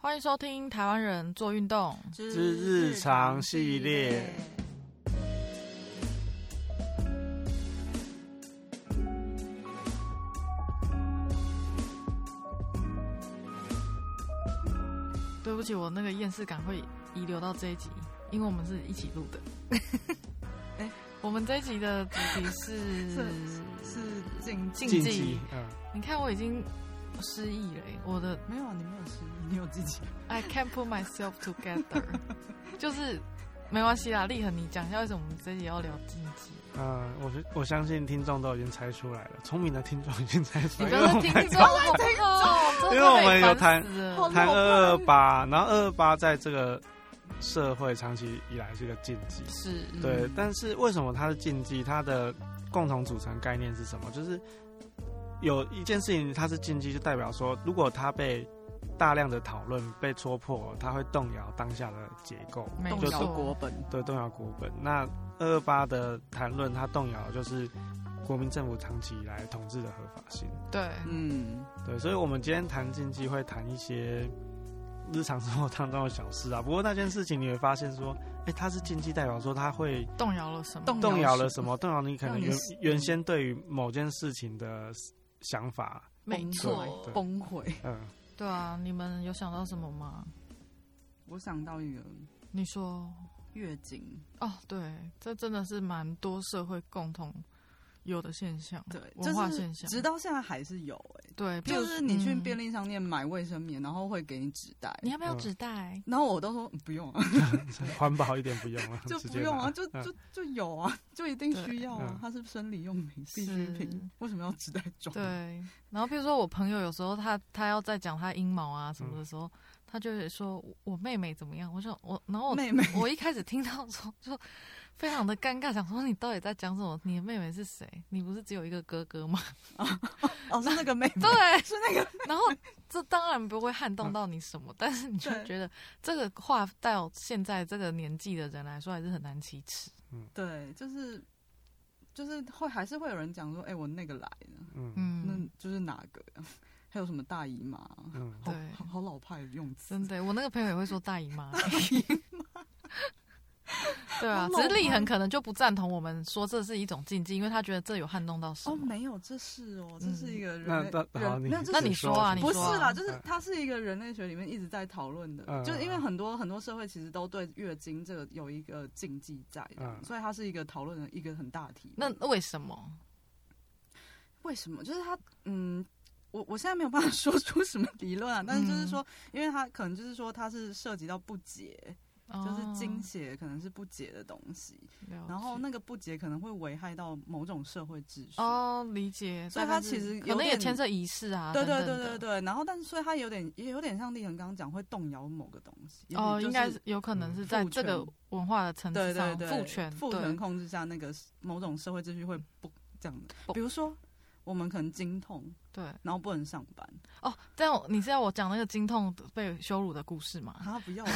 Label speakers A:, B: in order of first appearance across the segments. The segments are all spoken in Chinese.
A: 欢迎收听《台湾人做运动》，
B: 之
C: 之日常系列。
A: 对不起，我那个厌世感会遗留到这一集，因为我们是一起录的。
B: 哎
A: 我们这一集的主题
B: 是
A: 是，
B: 是竞
A: 竞
B: 竞
C: 晋
A: 技
C: 级，嗯，
A: 你看我已经失忆了耶，欸我的
B: 没有啊，你没有失忆，你有自己。
A: I can't put myself together，就是没关系啦，立恒，你讲一下为什么我们这一集要聊竞技？
C: 呃，我是我相信听众都已经猜出来了，聪明的听众已经猜出
A: 你
C: 来
A: 不
C: 了，因
A: 要
C: 为
A: 再
C: 我
A: 听
C: 们
A: 听众哦好不好？
C: 因为哎我们有
A: 谈
C: 谈，
B: 好
C: 谈二二八，然后二二八在这个社会长期以来是一个禁忌，
A: 是，
C: 对，
B: 嗯
C: 但是为什么它是禁忌？它的共同组成概念是什么？就是有一件事情它是禁忌，就代表说，如果它被大量的讨论被戳破，它会动摇当下的结构，
A: 没
B: 动
C: 就
B: 摇
C: 是
A: 错
B: 国本，
C: 对动摇国本。那二二八的谈论，它动摇的就是国民政府长期以来统治的合法性。
A: 对，
B: 嗯，
C: 对，所以我们今天谈禁忌会谈一些日常生活当中的小事啊。不过那件事情你会发现说，哎、它是禁忌，代表说它会
A: 动摇了什么？
B: 动
C: 动
B: 摇
C: 摇
B: 是
C: 了什么？动摇你可能
B: 让你
C: 原
B: 是
C: 原先对于某件事情的想法，
A: 没错，
C: 对
B: 崩溃。
C: 嗯，
A: 对啊，你们有想到什么吗？
B: 我想到一个
A: 你说，
B: 月经，
A: 哦，对，这真的是蛮多社会共同有的现象，
B: 对，
A: 文化现
B: 就是
A: 象，
B: 直到现在还是有哎、
A: 对，譬
B: 就
A: 如
B: 是你去
A: 嗯
B: 便利商店买卫生棉，然后会给你纸袋，
A: 你要不要
C: 嗯
A: 纸袋？
B: 然后我都说、嗯不用啊，
C: 环保一点不用了，
B: 就
C: 直
B: 不
C: 接
B: 用
C: 拿
B: 啊，就
C: 嗯
B: 就就有啊，就一定需要
C: 对
B: 啊
C: 嗯，
B: 它是生理用品必
A: 是
B: 需品，为什么要纸袋装？
A: 对，然后譬如说我朋友有时候他他要在讲他阴毛啊什么的时候，他就会说我我妹妹怎么样？我说我，然后我
B: 妹妹，
A: 我一开始听到的时候就非常的尴尬，想说你到底在讲什么？你的妹妹是谁？你不是只有一个哥哥 吗？
B: 哦，是那个妹 妹，
A: 对，
B: 是那个
A: 然后这当然不会撼动到你什么，但是你就
B: 对
A: 觉得这个话到现在这个年纪的人来说还是很难启齿。
B: 对，就是就是会还是会有人讲说，哎、我那个来的，
C: 嗯
A: 嗯，
B: 那就是哪个 呀？还有什么大姨妈啊？
C: 嗯，
B: 好
A: 对
B: 好好老派的用词，
A: 真的，我那个朋友也会说大姨妈。欸对啊
B: 好，
A: 只
B: 老
A: 是立
B: 派
A: 恒可能就不赞同我们说这是一种禁忌，因为他觉得这有撼动到什
B: 哦，
A: 么。
B: 没有，这是哦，这
A: 嗯
B: 是一个人
C: 那
B: 类、
C: 那好，
B: 人
C: 你
B: 没有，这
A: 那
B: 是
A: 你说啊你
B: 不是
A: 说啊
B: 啦，就是
C: 嗯
B: 它是一个人类学里面一直在讨论的，
C: 嗯
B: 就是因为很多很多社会其实都对月经这个有一个禁忌在这样
C: 嗯
B: 所以它是一个讨论的一个很大的题目。
A: 那为什么？
B: 为什么？就是他，嗯，我我现在没有办法说出什么理论啊，但是
A: 嗯
B: 就是说，因为他可能就是说它是涉及到不洁，就是经血可能是不洁的东西，
A: 哦，
B: 然后
A: 呢？
B: 那个不洁可能会危害到某种社会秩序。
A: 哦，理解。
B: 所以
A: 大概
B: 它
A: 是
B: 其实
A: 可
B: 有
A: 能也
B: 点
A: 牵涉仪式啊，
B: 对对
A: 等
B: 对
A: 等
B: 对
A: 的。
B: 对，然后但是所以它有点也有点像立恒刚刚讲会动摇某个东西，也许
A: 哦，
B: 就
A: 应该
B: 是
A: 是有可能
C: 嗯
A: 是在
B: 父
A: 这个
B: 权
A: 文化的层
B: 对
A: 次
B: 对
A: 上
B: 对
A: 父权
B: 父
A: 对
B: 权控制下那个某种社会秩序会不这样的
A: 不，
B: 比如说我们可能经痛，
A: 对
B: 然后不能上班，
A: 哦，但我你是要我讲那个经痛被羞辱的故事 吗？
B: 啊不要啊，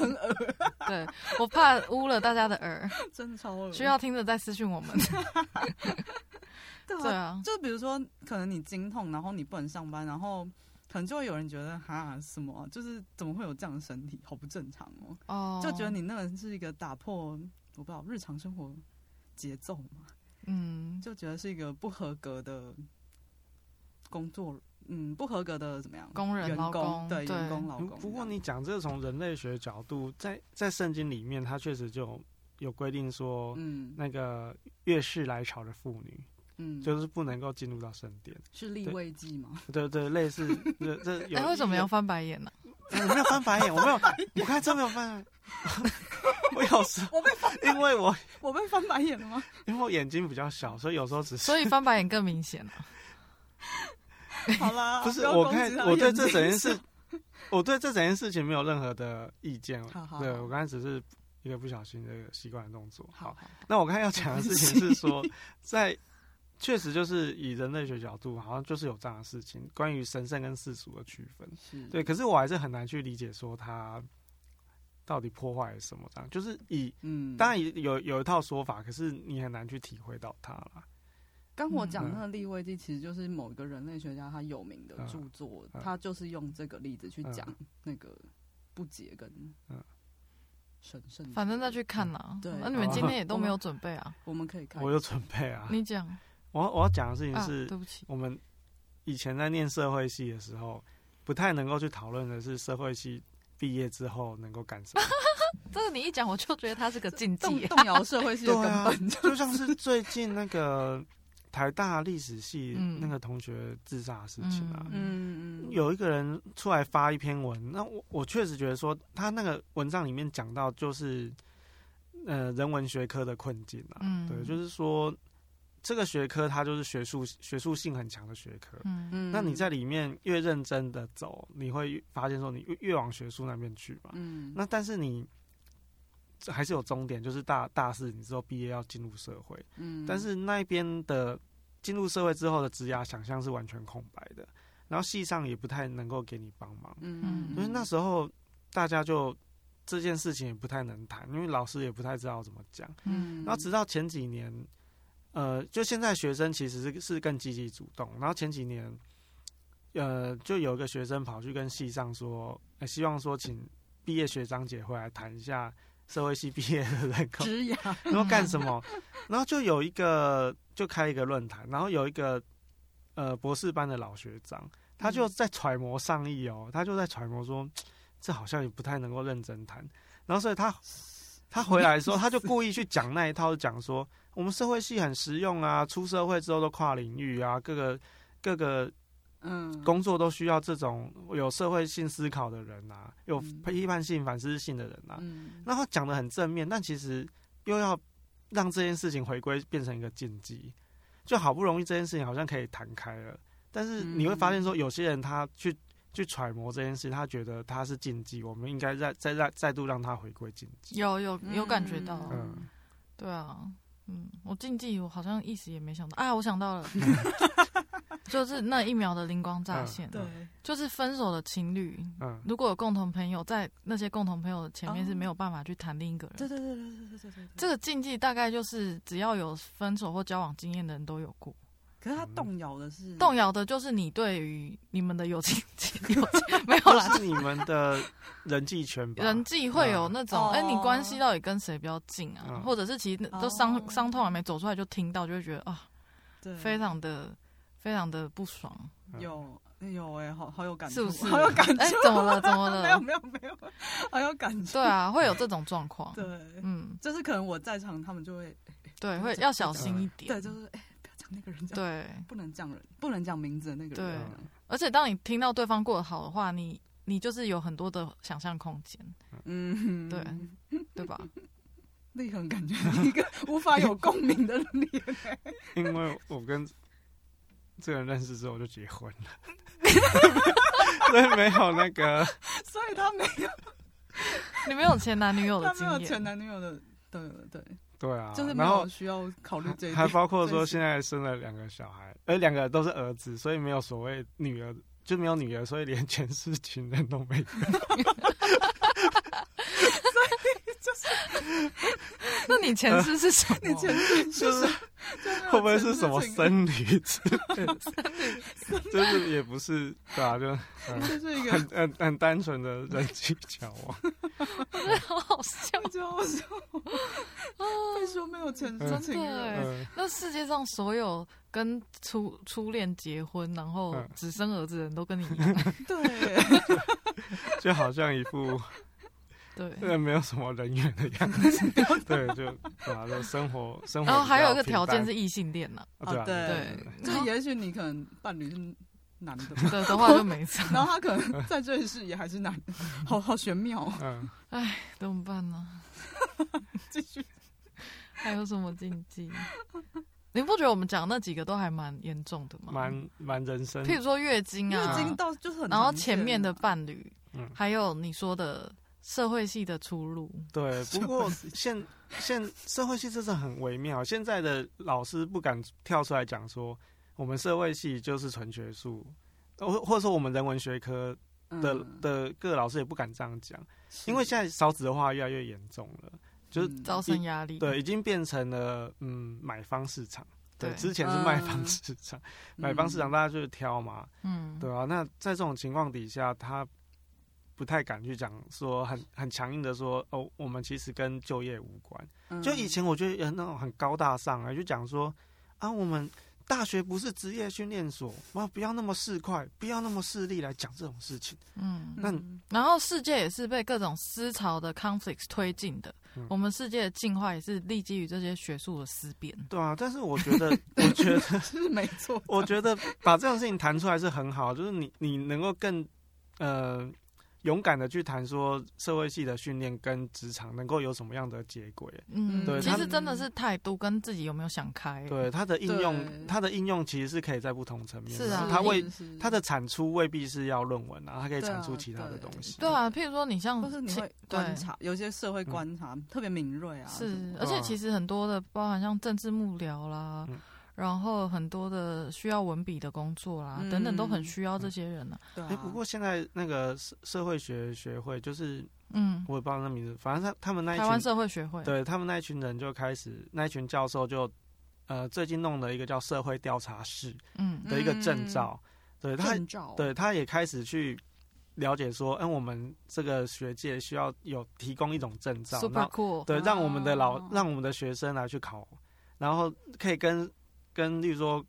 A: 对我怕污了大家的 耳，
B: 真的超恶
A: 需要听的再私讯我们。
B: 对
A: 对
B: 啊，
A: 啊，
B: 就比如说，可能你经痛，然后你不能上班，然后可能就会有人觉得哈什么啊，就是怎么会有这样的身体，好不正常哦，
A: 哦，
B: 就觉得你那个是一个打破我不知道日常生活节奏嘛，
A: 嗯，
B: 就觉得是一个不合格的工作，嗯，不合格的怎么样，
A: 工人
B: 员
A: 劳工
B: 工对
A: 对
B: 员工劳
C: 不
B: 工。
C: 嗯不过你讲这个从人类学角度，在在圣经里面，它确实就有有规定说，
B: 嗯
C: 那个月事来潮的妇女
B: 嗯，
C: 就是不能够进入到圣殿。
B: 是立
C: 对
B: 位记吗？
C: 对对，类似这这有
A: 哎，为什么要翻白眼呢？
C: 哎我没有翻白眼，我没有，我看真没有翻白眼。我有时
B: 我被
C: 因为我
B: 我被翻白眼了吗？
C: 因为我眼睛比较小，所以有时候只是
A: 所以翻白眼更明显了。
B: 好啦，
C: 不是
B: 要
C: 我
B: 攻
C: 看
B: 击他
C: 我对
B: 眼
C: 这
B: 睛
C: 整件事，我对这整件事情没有任何的意见。
B: 好好
C: 对
B: 好
C: 我刚才只是一个不小心的习惯的动作。
B: 好，好
C: 那我刚才要讲的事情是说，在确实就是以人类学角度，好像就是有这样的事情，关于神圣跟世俗的区分。
B: 是
C: 对，可是我还是很难去理解说它到底破坏了什么。这样就是以
B: 嗯，
C: 当然有有一套说法，可是你很难去体会到它啦。
B: 刚我讲那个立位记，其实就是某一个人类学家他有名的著作，
C: 嗯嗯嗯
B: 他就是用这个例子去讲那个不解跟
C: 嗯
B: 神圣的。
A: 反正再去看啦。
B: 嗯对哦
A: 那你们今天也都没有准备啊？
B: 我们可以看，
C: 我有准备啊。
A: 你讲
C: 我要我要讲的事情
A: 啊？
C: 是，
A: 对不起，
C: 我们以前在念社会系的时候，不太能够去讨论的是社会系毕业之后能够干什么。
A: 这个你一讲我就觉得它是个禁
B: 动
A: 忌。
B: 动摇社会系 的根
C: 啊
B: 本。
C: 就像是最近那个台大历史系
A: 嗯
C: 那个同学自杀的事情啊，
A: 嗯
B: 嗯嗯，
C: 有一个人出来发一篇文，那我我确实觉得说他那个文章里面讲到就是，呃，人文学科的困境啊，
A: 嗯
C: 对，就是说这个学科它就是学术学术性很强的学科，
A: 嗯
B: 嗯
C: 那你在里面越认真的走，你会越发现说你越越往学术那边去嘛，
B: 嗯
C: 那但是你。还是有终点，就是大大四，你之后毕业要进入社会，
B: 嗯
C: 但是那边的进入社会之后的职涯想象是完全空白的，然后系上也不太能够给你帮忙，
B: 嗯，
C: 所以那时候大家就这件事情也不太能谈，因为老师也不太知道怎么讲。
B: 嗯，
C: 然后直到前几年，呃，就现在学生其实是是更积极主动，然后前几年，呃，就有一个学生跑去跟系上说，呃希望说请毕业学长姐回来谈一下社会系毕业的人口
B: 职涯，
C: 然后干什么？然后就有一个就开一个论坛，然后有一个呃博士班的老学长，他
B: 嗯
C: 就在揣摩上意哦，他就在揣摩说，这好像也不太能够认真谈。然后所以他他回来的时候，他就故意去讲那一套，讲说我们社会系很实用啊，出社会之后都跨领域啊，各个各个
B: 嗯，
C: 工作都需要这种有社会性思考的人啊，有
B: 嗯
C: 批判性、反思性的人啊。
B: 嗯
C: 那他讲的很正面，但其实又要让这件事情回归变成一个禁忌，就好不容易这件事情好像可以谈开了，但是你会发现说，有些人他去去揣摩这件事，他觉得他是禁忌，我们应该再再再再度让他回归禁忌。
A: 有有有感觉到，
C: 嗯
A: 对啊，嗯，我禁忌我好像一时也没想到啊，我想到 了，就是那一秒的灵光乍现，
B: 嗯对，
A: 就是分手的情侣，
C: 嗯，
A: 如果有共同朋友，在那些共同朋友的前面是没有办法去谈另一个人。
B: 对对对对对对对
A: 这
B: 这
A: 个禁忌大概就是只要有分手或交往经验的人都有过。
B: 可是他动摇的是
A: 动摇的就是你对于你们的友情 友情没 有啦，
C: 是你们的人际圈吧？
A: 人际会有那种
B: 哦
A: 哎、你关系到底跟谁比较近啊？
C: 嗯
A: 或者是其实都
B: 哦
A: 伤伤痛还没走出来就听到，就会觉得啊，
B: 对
A: 非常的非常的不爽，
B: 有有哎，好好有感
A: 嗯是
B: 触
A: 不，是？
B: 好有感
A: 哎、
B: 触，
A: 怎么 了？怎么
B: 没有
A: 了？
B: 没有没有，好有感触，
A: 对啊，会有这种状况。
B: 对。
A: 嗯，
B: 就是可能我在场，他们就会
A: 对，
B: 这
A: 会
B: 这
A: 要小心一点。
B: 对，就是哎、不要讲那个人，讲
A: 对
B: 不能讲人，不能讲名字的那个人啊
C: 对。
A: 而且当你听到对方过得好的话，你你就是有很多的想象空间，
B: 嗯，
A: 对对吧？
B: 立恒感觉一 个无法有共鸣的脸、
C: 因为我跟这个人认识之后我就结婚了， 所以没有那个
B: 所以他没有，
A: 你没有前男女友的
B: 他
A: 经
B: 没 有前
A: 验，
B: 男女友的，对对，
C: 对啊，
B: 就是没
C: 然后
B: 有需要考虑这一
C: 嗯还
B: 点。
C: 包括
B: 这
C: 说
B: 一点
C: 现在生了两个小孩，而两个都是儿子，所以没有所谓女儿，就没有女儿，所以连全是情人都没有。
A: 那你前世是什么？
B: 你前世
C: 哦就是会不会是什么僧侣之类的？就是也不是对啊，就 嗯
B: 这是一个
C: 很很很单纯的人际交往。
A: 好好笑
B: 我觉得我说
A: 啊！
B: 被说没有前世情人，
C: 嗯，
A: 那世界上所有跟初初恋结婚，然后
C: 嗯
A: 只生儿子的人都跟你一 样，
B: 对，
C: 就好像一 副
A: 对。
C: 呃没有什么人缘的样 子。对，就对啊，就生活生活比较平淡。
A: 然后还有一个条件是异性恋呐，
C: 啊对啊
B: 哦
C: 对
B: 对
C: 对对
B: 就 也许你可能伴侣是男的吧，
A: 的的话就没
B: 然
A: 差，
B: 后他可能在这一世也还是男的，好好玄妙、 哦。
C: 嗯，
A: 怎么办呢？
B: 继续，
A: 还有什么禁忌？你不觉得我们讲那几个都还蛮严重的吗？
C: 蛮蛮人生。
A: 譬如说月经
B: 月
A: 啊，
B: 经到就是很常见啊，
A: 然后前面的伴侣，
C: 嗯
A: 还有你说的社会系的出路，
C: 对，
B: 社
C: 不过
B: 会系
C: 现现社会系真是很微妙，现在的老师不敢跳出来讲说我们社会系就是纯学术，或或者说我们人文学科的、
B: 嗯
C: 的各老师也不敢这样讲，因为现在少子化越来越严重了，就是
B: 嗯
A: 招生压力。
C: 对，已经变成了嗯买方市场，对，
A: 对
C: 之前是卖
B: 嗯
C: 方市场，买方啊市场大家就是挑嘛，
A: 嗯，
C: 对啊，那在这种情况底下，他不太敢去讲说很很强硬的说哦，我们其实跟就业无关。
B: 嗯
C: 就以前我觉得有那种很高大上啊，就讲说啊，我们大学不是职业训练所，哇，不要那么市侩，不要那么势利来讲这种事情。
A: 嗯，
C: 那
B: 嗯
A: 然后世界也是被各种思潮的 conflicts 推进的，
C: 嗯
A: 我们世界的进化也是立基于这些学术的思辨。
C: 对啊，但是我觉得，我觉得，
B: 是没错，
C: 我觉得把这种事情谈出来是很好，就是你你能够更呃勇敢的去谈说社会系的训练跟职场能够有什么样的接轨。
A: 嗯，
B: 对
A: 其
C: 他
A: 实
B: 们
A: 真的是态度跟自己有没有想开。欸
C: 对它的应
B: 对
C: 用，它的应用其实是可以在不同层面 的。
A: 是啊
C: 它为
B: 是是
C: 它的产出未必是要论文啊，它可以
B: 对啊
C: 产出其他的东西。嗯
A: 对啊，譬如说你像
B: 或是你
A: 其
B: 会观察，有些社会观察、特别敏锐啊，什
A: 是
B: 么，的
A: 而且
C: 嗯
A: 其实很多的，包含像政治幕僚啦，
C: 嗯
A: 然后很多的需要文笔的工作啦，
B: 嗯
A: 等等，都很需要这些人呢、
B: 对啊
C: 哎、不过现在那个社社会学学会，就是
A: 嗯，
C: 我也不知道那名字，反正他他们那
A: 台湾
C: 一群，
A: 社会学会，
C: 对他们那一群人就开始，那一群教授就，呃，最近弄了一个叫社会调查室
A: 嗯哦
C: 的一个证
B: 嗯
C: 照，对他
B: 证照，啊
C: 对，他也开始去了解说，嗯，我们这个学界需要有提供一种证照，
A: ，super
C: 那
A: cool，
C: 对，让我们的老、
B: 哦
C: 让我们的学生来去考，然后可以跟跟，例如说，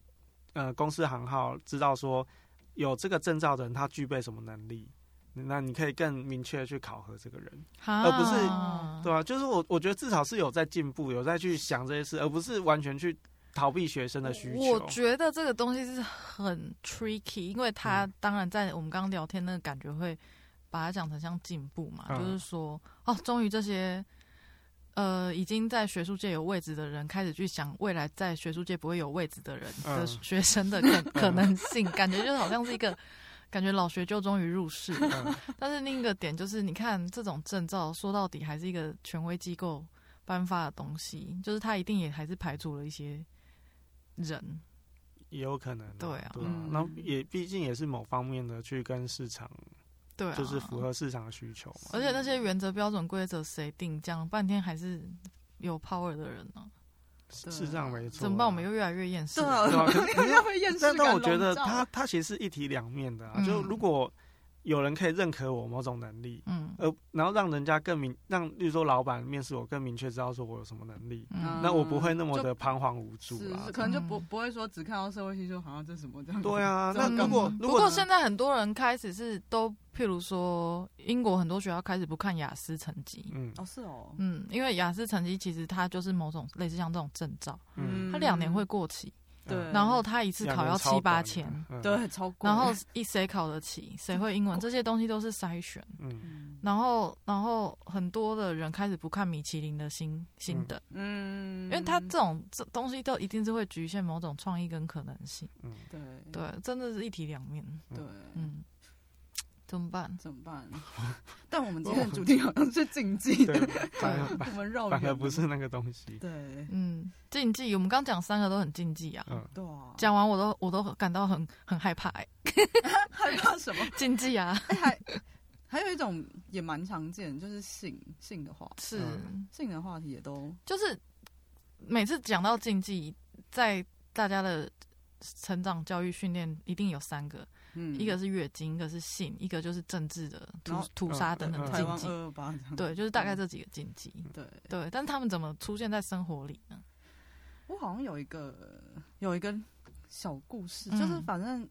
C: 呃，公司行号知道说有这个证照的人他具备什么能力，那你可以更明确地去考核这个人，
A: 哈
C: 而不是
A: 哦
C: 对啊，就是我我觉得至少是有在进步，有在去想这些事，而不是完全去逃避学生的需求。
A: 我觉得这个东西是很 tricky，因为它
C: 嗯
A: 当然在我们刚刚聊天那个感觉会把它讲成像进步嘛，
C: 嗯
A: 就是说哦，终于这些呃已经在学术界有位置的人开始去想未来在学术界不会有位置的人的
C: 嗯
A: 学生的可、 可能性，感觉就好像是一个。感觉老学究终于入世了，
C: 嗯
A: 但是另一个点就是，你看这种证照说到底还是一个权威机构颁发的东西，就是它一定也还是排除了一些人，
C: 也有可能、
A: 对啊
C: 对啊
B: 嗯，
C: 那、也毕竟也是某方面的去跟市场，
A: 对、啊，
C: 就是符。合市场的需求嘛。
A: 而且那 些原则、标准、规则谁定？讲了半天还是有 power 的人呢、
C: 啊
B: 对
C: 是这样没错。
A: 啊
C: 啊
A: 怎么办？我们又越来越厌世
B: 对
A: 了。
B: 啊，
C: 对啊，可是可
B: 人
C: 是
B: 家会厌世
C: 但
B: 感
C: 但我觉得
B: 笼罩
C: 它它其实是一体两面的啊，
A: 嗯
C: 就如果有人可以认可我某种能力，
A: 嗯，
C: 呃，然后让人家更明，让例如说老板面试我更明确知道说我有什么能力，
A: 嗯
C: 那我不会那么
B: 就
C: 的彷徨无助
B: 是
C: 啦
B: 是，。可能就不
A: 嗯
B: 不会说只看到社会系就好像这是什么这样，
C: 啊对啊，
B: 这
C: 那
B: 样
C: 如果
A: 嗯不
C: 如
A: 过
C: 果
A: 现在很多人开始是都，譬如说英国很多学校开始不看雅思成绩，
C: 嗯
B: 哦是哦，
A: 嗯，因为雅思成绩其实它就是某种类似像这种证照，
C: 嗯，
A: 它两年会过期，
B: 对，
A: 然后它一次
C: 两
A: 考
C: 年
A: 要
C: 嗯超
A: 七八
C: 短的
A: 千，，
C: 嗯，
B: 对超过，
A: 然后一谁考得起，谁会英文， 这些东西都是筛选。
C: 嗯
B: 嗯
A: 然后，然后很多的人开始不看米其林的新新的，
B: 嗯，
A: 因为他这种这东西都一定是会局限某种创意跟可能性。
C: 嗯，
B: 对
A: 对，真的是一体两面。
B: 对。
A: 嗯，怎么办？
B: 怎么办？ 但我们今天
A: 哦
B: 的主题好像是禁忌，
C: 对，反而
B: 我们绕
C: 反
B: 远
C: 而
B: 了
C: 不是那个东 西，
B: 对
A: 嗯，禁忌，我们刚讲三个都很禁忌啊。
C: 嗯，
B: 对 啊，
A: 讲完我都我都感到很很害怕、欸，
B: 害怕什么？
A: 禁忌啊，
B: 哎，还还有一种也蛮常见，就是性性的话，
A: 是、
C: 嗯
B: 性的话题也都
A: 就是每次讲到禁忌，在大家的成长教育训练一定有三个，
B: 嗯，
A: 一个是月经，一个是性，一个就是政治的
B: 然
A: 屠
B: 后
A: 屠杀等等
C: 嗯嗯嗯
B: 台
A: 禁
B: 湾
A: 忌。
B: 二二嗯八这样，
A: 对，就是大概这几个禁忌。
B: 对。
A: 对，但是他们怎么出现在生活里呢？
B: 我好像有一个有一个小故事，
A: 嗯
B: 就是反正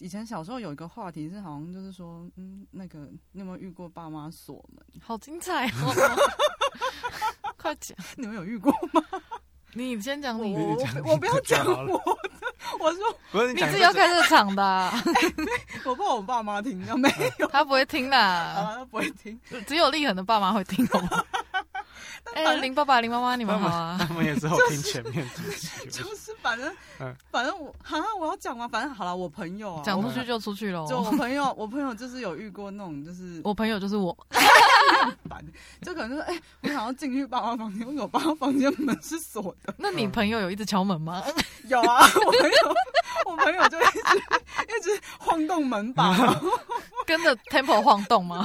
B: 以前小时候有一个话题是，好像就是说，嗯，那个你有没有遇过爸妈锁门？
A: 好精彩哦！ 快讲，
B: 你们有遇过吗？
A: 你先讲
B: 我
A: 你，
B: 我
C: 你讲
B: 我我不要讲
C: 你讲好了
B: 我的，我说
C: 不是
A: 你
C: 你讲
A: 自
C: 这
A: 己要开这场的啊、
B: 我怕我爸妈听到没 有，
A: 他不会听
B: 好
A: 啦，
B: 了，他不会听。
A: 只有立恒的爸妈会听，好 吗？哎、林爸爸、林妈妈，你们好啊！
C: 他们也只有听前面几集，
B: 就是反正
C: 嗯
B: 反正我哈，我要讲吗？反正好了，我朋友啊，
A: 讲
B: 我
A: 出去就出去喽。
B: 就我朋友，我朋友就是有遇过那种，就是
A: 我朋友就是我，
B: 烦，就可能就是哎、我想要进去爸妈房间，为什么爸妈房间门是锁的？
A: 那你朋友有一直敲门吗？
B: 有啊，我朋友， 我朋友就一直一 直晃动门把，然后
A: 跟着 tempo 晃动吗？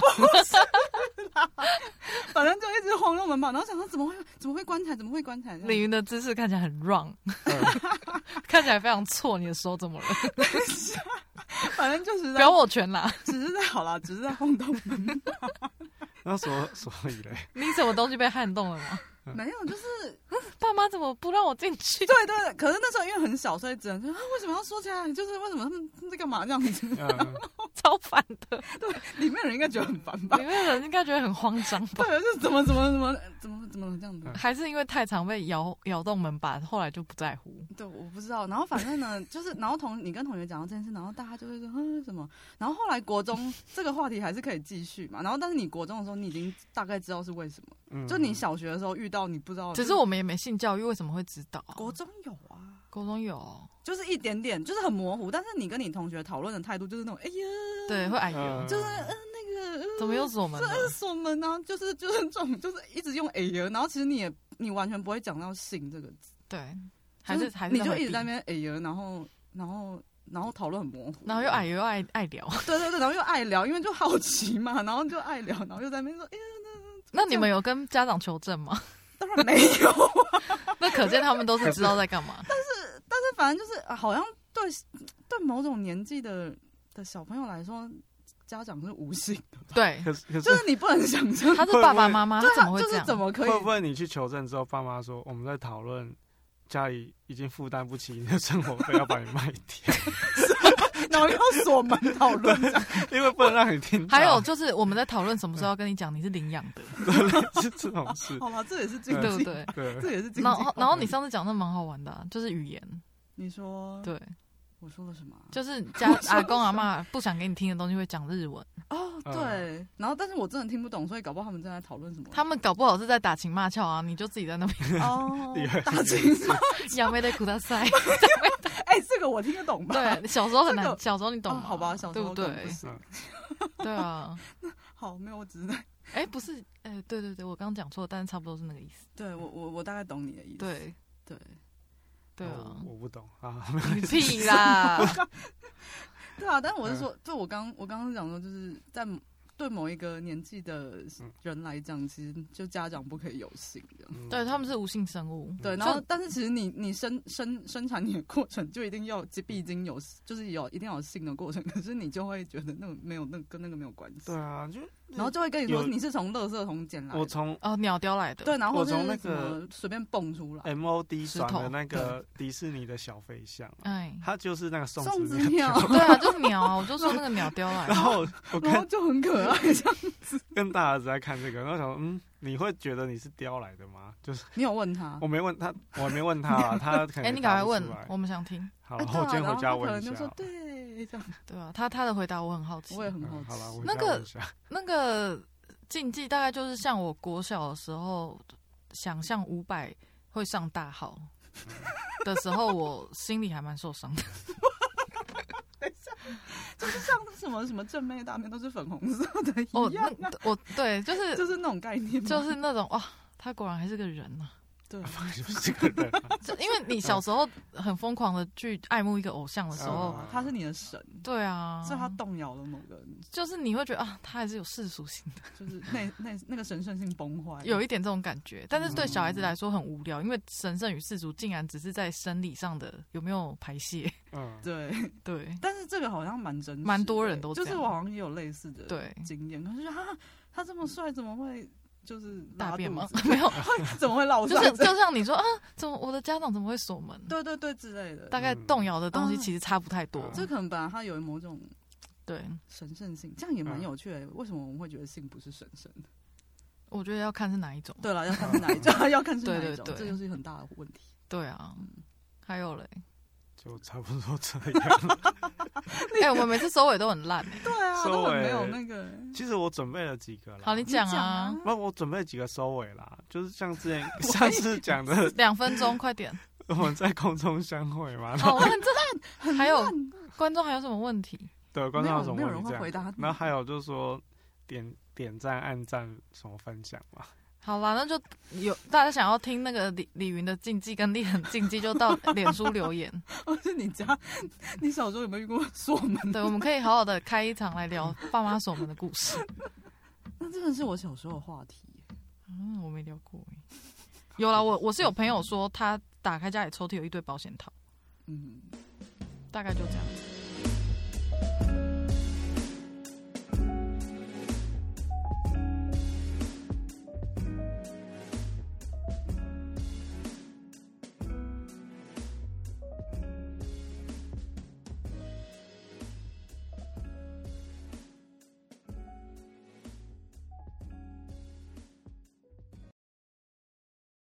B: 他反正就一直轰动门把，然后想说怎么会怎么会棺材，怎么会棺材？
A: 李云的姿势看起来很 wrong，看起来非常错。你的手怎么了？
B: 反正就是在
A: 表我拳啦！
B: 只是在好啦，只是在轰动门把。
C: 那所所以嘞，
A: 你什么东西被撼动了 吗？
B: 没有，就是
A: 爸妈怎么不让我进 去？
B: 对对对，可是那时候因为很小，所以只能说啊，为什么要说起来？就是为什么他们他们在干嘛这样子？
C: 嗯，
A: 超烦的，
B: 对，里面人应该觉得很烦吧
A: 里？面人应该觉得很慌张吧？
B: 对，就是怎么怎么怎么怎么怎么这样子？
A: 还是因为太常被摇摇动门把，后来就不在乎。
B: 对，我不知道。然后反正呢，就是然后同你跟同学讲到这件事，然后大家就会说嗯什么。然后后来国中这个话题还是可以继续嘛。然后但是你国中的时候，你已经大概知道是为什么。
C: 嗯
B: 就你小学的时候遇到你不知道，
A: 只是我们也没性教育，为什么会知道啊？
B: 哦国中有啊。
A: 国中有，
B: 就是一点点，就是很模糊。但是你跟你同学讨论的态度就是那种，哎呀，
A: 对，会矮油，
C: 嗯
B: 就是嗯、呃那个、呃、
A: 怎么又锁门了？
B: 这锁门啊，就是就是 这种，就是一直用哎呀，然后其实你也你完全不会讲到性这个字，
A: 对，还是
B: 就
A: 还是
B: 你就
A: 回避
B: 一直在那，边哎呀，然后然后然后讨论很模糊，
A: 然后又矮油又爱爱 聊。
B: 对对对，然后又爱聊，因为就好奇嘛，然后就爱聊，然后又在那边说，哎呀，
A: 那你们有跟家长求证吗？
B: 当 然没有，
A: 那可见他们都是知道在干嘛。
B: 但是反正就是啊好像对对某种年纪的的小朋友来说，家长是无 性的，
A: 对，
C: 可是可
B: 就是是你不能想象，
A: 他是爸爸妈 妈，
B: 对
A: 他怎
B: 啊
A: 么会
B: 就
A: 这
B: 是
A: 样？
B: 怎么可以
C: 会不会你去求证之后，爸妈说我们在讨论家里已经负担不起你的生活费，要把你卖掉，
B: 然后要锁门讨论这样，
C: 因为不能让你听到。
A: 还有就是我们在讨论什么时候要跟你讲你是领养的，
C: 是这种事，
B: 好吧，这 也是禁
A: 对不
B: 忌，
A: 对？
C: 对，
B: 这也是禁忌。
A: 然后，然后你上次讲的蛮好玩的啊、就是语言，
B: 你说，
A: 对，
B: 我说了什么啊？
A: 就是家阿公阿妈不想给你听的东西会讲日文，
B: 哦，
C: 嗯
B: 对，然后但是我真的听不懂，所以搞不好他们正在讨论什么。
A: 他们搞不好是在打情骂俏啊，你就自己在那 边
B: 哦
C: 厉害，
B: 大清 楚，
A: 亚美的苦大赛，
B: 哎，这个我听得懂吧？
A: 对，小时候很
B: 这
A: 难，
B: 个
A: 小时候你懂
B: 哦
A: 吗？
B: 好吧，小时
A: 对
B: 候
A: 不
B: 可能
A: 对
B: 不？是
C: 嗯
A: 对啊，
B: 好，没有，我只是在，
A: 哎，不是，哎，对对对，我刚刚讲错，但是差不多是那个意思，
B: 对我我我大概懂你的意思。
A: 对
B: 对
A: 对啊
B: 哦
C: 我，我不懂啊，
A: 你 屁 啦，
B: 对啊，但是我是说，
C: 嗯
B: 就我刚我刚刚讲说，就是在某对某一个年纪的人来讲，其实就家长不可以有性这样。
C: 嗯
A: 对，他们是无性生物，
B: 对，
A: 就
B: 然后但是其实你你生生生产你的过程就一定要必经有就是有一定要有性的过程，可是你就会觉得那个没有那跟那个没有关系，
C: 对啊，就
B: 然后就会跟你说
C: 有
B: 你是从垃圾桶捡来的，
C: 我从
A: 哦，鸟叼来的，
B: 对，然后
C: 我
B: 或者
C: 从
B: 是
C: 那
B: 什么
C: 个哎
B: 随便蹦出来，
C: M O D
A: 石
C: 转
A: 头
C: 的那个迪士尼的小飞象啊，
A: 哎，
C: 它就是那个送
B: 送
C: 子
B: 子鸟，
A: 对啊，就是鸟啊，我就说那个鸟叼来 的，
C: 然后我
B: 然后
C: 跟
B: 就很可爱。这样
C: 跟大儿子在看这个，然后想说，嗯，你会觉得你是叼来的吗？就是
B: 你有问他
C: 我？没问他，我没问他啊，他可能
A: 哎，
C: 也
A: 你赶快
C: 答不
A: 问
C: 出来，
A: 我们想听，
C: 好，
B: 哎对
C: 我
B: 啊
C: 今天
B: 然
C: 回
B: 后
C: 家
B: 他可
C: 问
B: 能
C: 一下
B: 就说
C: 好了。
B: 对，这样
A: 对啊，他他的回答我很好奇，
B: 我也很好
C: 嗯
B: 奇。
C: 好了，我
A: 那
C: 回家
A: 个
C: 问一下
A: 那个禁忌大概就是像我国小的时候，想象五百会上大 号的时候，我心里还蛮受 伤的。
B: 就是像什么什么正妹大面都是粉红色的
A: 哦
B: 一，样啊，
A: 那我对，就是
B: 就是那种概念吗，
A: 就是那种哇，他果然还是个人呐、
B: 对。
C: 就是这个 人啊，
A: 就因为你小时候很疯狂的去爱慕一个偶像的时候，
C: 啊
B: 他是你的神，
A: 对啊，
C: 哦
B: 所以嗯他动摇了某个，
A: 就是你会觉得啊，他还是有世俗性的，
B: 就是那那那个神圣性崩坏。
A: 有一点这种感觉。但
B: 嗯
A: 是对小孩子来说很无聊，因为神圣与世俗竟然只是在生理上的有没有排泄，
C: 嗯，
B: 对，
A: 对
B: 但是这个好像蛮真实的，
A: 蛮多人都这
B: 就
A: 样
B: 是我好像也有类似的
A: 对。
B: 经验，可是啊，他这么帅怎么会就是拉
A: 大便吗
B: 肚子？？
A: 没有，
B: 会怎么会落
A: 就
B: 下
A: 是
B: 这？
A: 就像你说啊，怎么我的家长怎么会锁门？
B: 对对对之类的，
A: 大概
C: 嗯
A: 动摇的东西
B: 啊
A: 其实差不太多。
C: 嗯
B: 这可能本来他有某种
A: 对，
B: 神圣性，这样也蛮
C: 嗯
B: 有趣的。欸为什么我们会觉得性不是神圣 的？
A: 我觉得要看是哪一种。
B: 对了，要
C: 嗯
B: 看是哪一种， 要看是哪
A: 对
B: 一
A: 对
B: 种，
A: 对
B: 这就是很大的问 题。
A: 对啊，还有嘞，
C: 就差不多这样。
A: 哎、我们每次收尾都很烂、欸。
B: 对啊，
C: 收
B: 都很没有
C: 尾
B: 那个。
C: 其实我准备了几个啦，
A: 好，你讲
B: 你讲
A: 啊
B: 啊，
C: 不，我准备几个收尾啦，就是像之 前上次讲的，
A: 两分钟，快点。
C: 我们在空中相会嘛，然后
A: 哦，我很真的还有观众还有什么问题？
C: 对观众有什么
B: 没有
C: 问
B: 人
C: 题
B: 会
C: 这样
B: 回答你
C: 然后还有就是说点点赞、按赞什么分享嘛，
A: 好啦，那就有大家想要听那个李李云的禁忌跟丽很禁忌，就到脸书留 言。
B: 哦，是你家， 你小时候有没有遇过锁门？
A: 对，我们可以好好的开一场来聊爸妈锁门的故事。
B: 那真的是我小时候的话题耶。
A: 嗯，我没聊过耶。 有啦，我我是有朋友说，他打开家里抽屉有一堆保险套，
B: 嗯。
A: 大概就这样。